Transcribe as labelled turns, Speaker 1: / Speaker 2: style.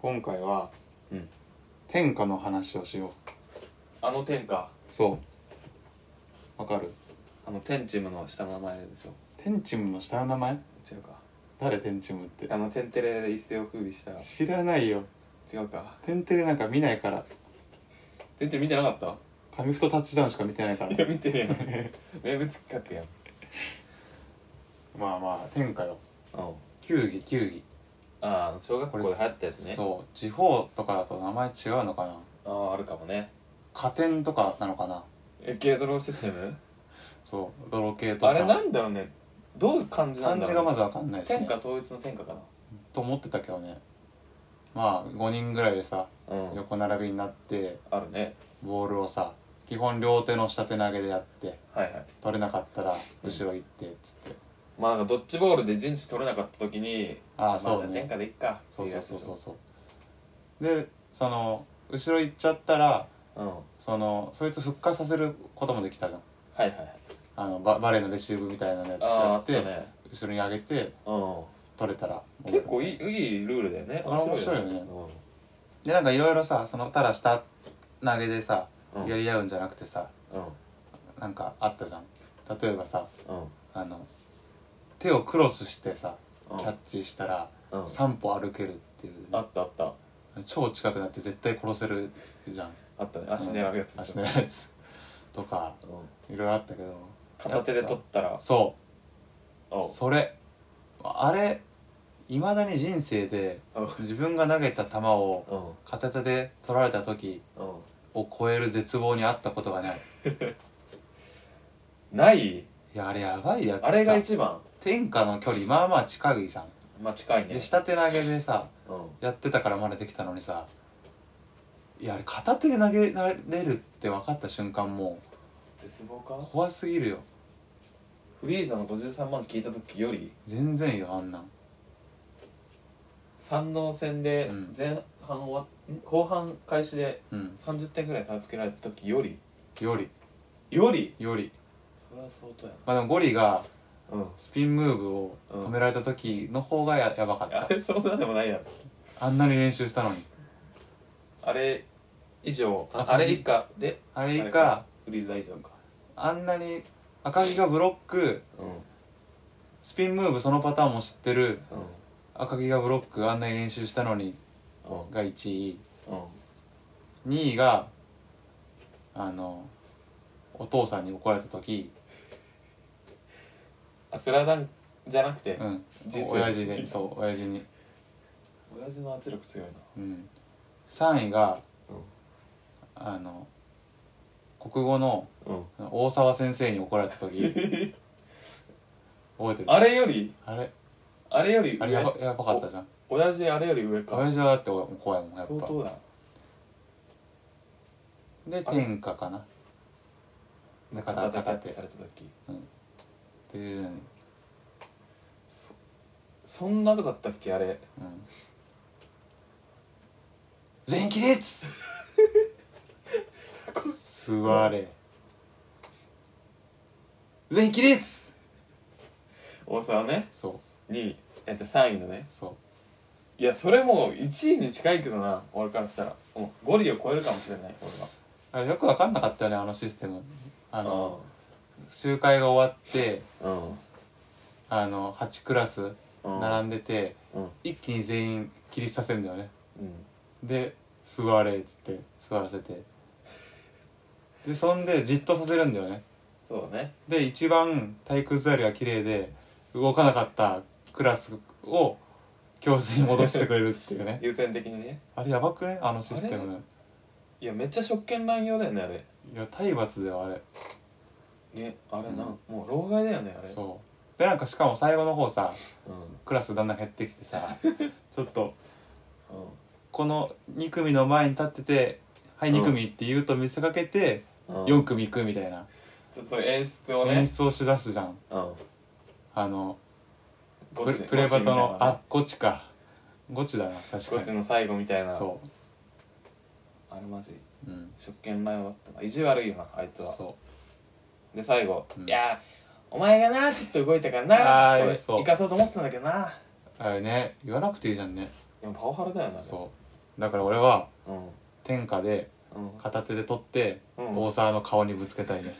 Speaker 1: 今回は、
Speaker 2: うん
Speaker 1: 天下の話をしよう
Speaker 2: あの天か
Speaker 1: そうわかる
Speaker 2: あの天チームの下の名前でしょ
Speaker 1: 天チムの下の名前
Speaker 2: 違うか
Speaker 1: 誰天チムって
Speaker 2: あの天てれで一世を風靡した
Speaker 1: 知らないよ
Speaker 2: 違うか
Speaker 1: 天てれなんか見ないから
Speaker 2: 天チーム見てなか った
Speaker 1: 紙フトタッチダウンしか見てないから
Speaker 2: いや見てね えやん名物企画やん
Speaker 1: まあまあ天下よ
Speaker 2: うん
Speaker 1: 球技球技
Speaker 2: ああ小学校で流行ったやつね
Speaker 1: そう地方とかだと名前違うのかな
Speaker 2: あああるかもね
Speaker 1: 加点とかなのかな
Speaker 2: え軽ドロシステム
Speaker 1: そう泥系と
Speaker 2: あれなんだろうねどういう感じな
Speaker 1: 漢
Speaker 2: んだ
Speaker 1: 字
Speaker 2: ろ
Speaker 1: が
Speaker 2: う、
Speaker 1: まずわかんないし、
Speaker 2: 天
Speaker 1: ね
Speaker 2: 下、統一の天下か
Speaker 1: と思ってたけどねまあ5人ぐらいでさ
Speaker 2: なうん
Speaker 1: 横並びになって
Speaker 2: あるね
Speaker 1: ボールをさ基本両手の下手投げでやって
Speaker 2: はいはい
Speaker 1: 取れなかったら後ろ行ってっつって、
Speaker 2: まあなんかドッジボールで陣地取れなかった時に
Speaker 1: あ
Speaker 2: ま
Speaker 1: あそう
Speaker 2: 天
Speaker 1: ね
Speaker 2: 下でいっかって
Speaker 1: そ
Speaker 2: いうう
Speaker 1: そ
Speaker 2: や
Speaker 1: う
Speaker 2: つ
Speaker 1: そ
Speaker 2: で
Speaker 1: うそうそう
Speaker 2: しょ
Speaker 1: でその後ろ行っちゃったら
Speaker 2: うんは
Speaker 1: そのそいつ復活させることもできたじゃん
Speaker 2: いはいはい
Speaker 1: あのババレーのレシーブみたいなのや
Speaker 2: あああっ
Speaker 1: って
Speaker 2: た
Speaker 1: やって、
Speaker 2: ね
Speaker 1: 後ろに上げて
Speaker 2: う
Speaker 1: 取れたら
Speaker 2: ん結構いいいいルールだよね
Speaker 1: あれ面白いよね
Speaker 2: うん
Speaker 1: でなんかいろいろさそのただ下投げでさ、
Speaker 2: うん
Speaker 1: やり合うんじゃなくてさ
Speaker 2: うん
Speaker 1: なんかあったじゃん例えばさ
Speaker 2: うん
Speaker 1: あの手をクロスしてさ
Speaker 2: う
Speaker 1: キャッチしたら
Speaker 2: んうん
Speaker 1: 3歩歩けるっていう、
Speaker 2: あったあった
Speaker 1: 超近くなって絶対殺せるじゃん
Speaker 2: あったね足狙うやつ
Speaker 1: 足
Speaker 2: う
Speaker 1: 狙うやつとか
Speaker 2: ん
Speaker 1: いろいろあったけど
Speaker 2: 片手で取ったら
Speaker 1: そ
Speaker 2: お
Speaker 1: う
Speaker 2: う
Speaker 1: それあれいまだに人生で
Speaker 2: うん
Speaker 1: 自分が投げた球を
Speaker 2: うん
Speaker 1: 片手で取られた時
Speaker 2: うん
Speaker 1: を超える絶望にあったことがない
Speaker 2: ない
Speaker 1: いやあれやばいや
Speaker 2: あれが
Speaker 1: さ
Speaker 2: 一番
Speaker 1: 天下の距離まあまあ近いじゃん、
Speaker 2: まあ近いね
Speaker 1: で下手投げでさ
Speaker 2: うん
Speaker 1: やってたからまだできたのにさいやあれ片手で投げられるって分かった瞬間も
Speaker 2: 絶望か
Speaker 1: う怖すぎるよ
Speaker 2: フリーザの53万聞いた時より
Speaker 1: 全然よあんなん
Speaker 2: 三能戦で
Speaker 1: うん
Speaker 2: 前半終わっん後半開始で
Speaker 1: うん
Speaker 2: 30点ぐらい差つけられた時より
Speaker 1: より
Speaker 2: より
Speaker 1: より
Speaker 2: それは相当や
Speaker 1: まあでもゴリが
Speaker 2: なうん
Speaker 1: スピンムーブを止められた時の方がややばかった
Speaker 2: あれそんなでもないやろ
Speaker 1: あんなに練習したのに
Speaker 2: あれ以上あ
Speaker 1: あ
Speaker 2: あれ以下で
Speaker 1: あれ
Speaker 2: あ
Speaker 1: か
Speaker 2: れかフリーザ以上か
Speaker 1: あんなに赤木がブロック
Speaker 2: う
Speaker 1: スピンムーブそのパターンも知ってる
Speaker 2: んうん
Speaker 1: 赤木がブロックあんなに練習したのに
Speaker 2: う
Speaker 1: が1位
Speaker 2: んうん
Speaker 1: 2位があのお父さんに怒られた時、
Speaker 2: あスラダンじゃなくて
Speaker 1: うん、
Speaker 2: 人生
Speaker 1: 親父でそう親父に、
Speaker 2: 親父の圧力強いな
Speaker 1: うん、3位が
Speaker 2: うん
Speaker 1: あの国語の
Speaker 2: うん
Speaker 1: 大沢先生に怒られた時覚えてる
Speaker 2: あれより
Speaker 1: あれ
Speaker 2: あれより
Speaker 1: あれやば
Speaker 2: 上
Speaker 1: やばかったじゃん
Speaker 2: 親父あれより上か
Speaker 1: 親父はだって怖いもんやっ
Speaker 2: 相当だ
Speaker 1: ぱで天下かなで
Speaker 2: な片
Speaker 1: 片
Speaker 2: 手
Speaker 1: 手
Speaker 2: タッチされた時
Speaker 1: っていうのに
Speaker 2: そんなだったっけあれ
Speaker 1: うん全員起立座れ全員起立
Speaker 2: 大沢ね
Speaker 1: そう
Speaker 2: 2位えっと3位のね
Speaker 1: そう
Speaker 2: いやそれもう1位に近いけどな俺からしたらもうゴリを超えるかもしれない俺は
Speaker 1: あれよく分かんなかったよねあのシステムあ
Speaker 2: あ
Speaker 1: の集会が終わって
Speaker 2: うん
Speaker 1: あの8クラス
Speaker 2: うん
Speaker 1: 並んでて、
Speaker 2: うん
Speaker 1: 一気に全員起立させるんだよね
Speaker 2: うん
Speaker 1: で座れっつって座らせてでそんでじっとさせるんだよね
Speaker 2: そうだね
Speaker 1: で一番体育座りが綺麗で動かなかったクラスを教室に戻してくれるっていう ね
Speaker 2: 優先的にね
Speaker 1: あれやばくねあのシステム
Speaker 2: いやめっちゃ職権乱用だよねあれ
Speaker 1: いや体罰だよあれ
Speaker 2: ねあれな、
Speaker 1: うん
Speaker 2: もう老害だよねあれ
Speaker 1: そうでなんかしかも最後の方さ
Speaker 2: うん
Speaker 1: クラスだんだん減ってきてさ ちょっと
Speaker 2: うん
Speaker 1: この2組の前に立ってて「はい2組」って言うと見せかけて
Speaker 2: うん
Speaker 1: 4組行くみたいな
Speaker 2: ちょっと演出を
Speaker 1: 演
Speaker 2: ね、
Speaker 1: 出をしだすじゃん
Speaker 2: うん、
Speaker 1: あの
Speaker 2: ゴ
Speaker 1: プレ
Speaker 2: チ
Speaker 1: プレバト
Speaker 2: ゴチみたい
Speaker 1: の
Speaker 2: な
Speaker 1: あゴチかゴチだな確
Speaker 2: ゴ
Speaker 1: か
Speaker 2: チ
Speaker 1: に
Speaker 2: の最後みたいな
Speaker 1: そ
Speaker 2: あれマジ
Speaker 1: ううん
Speaker 2: 職権乱用だったな意地悪いよなあいつは
Speaker 1: そう
Speaker 2: で最後、
Speaker 1: うん
Speaker 2: いやーお前がなちょっと動いたから
Speaker 1: あ
Speaker 2: な
Speaker 1: ー
Speaker 2: 俺
Speaker 1: そう
Speaker 2: 行かそうと思ってたんだけどな
Speaker 1: あれね言わなくていいじゃんね
Speaker 2: でもパワハラだよなあれ
Speaker 1: そだから俺は
Speaker 2: うん
Speaker 1: 天下で
Speaker 2: うん
Speaker 1: 片手で取って
Speaker 2: うん
Speaker 1: 大沢の顔にぶつけたいね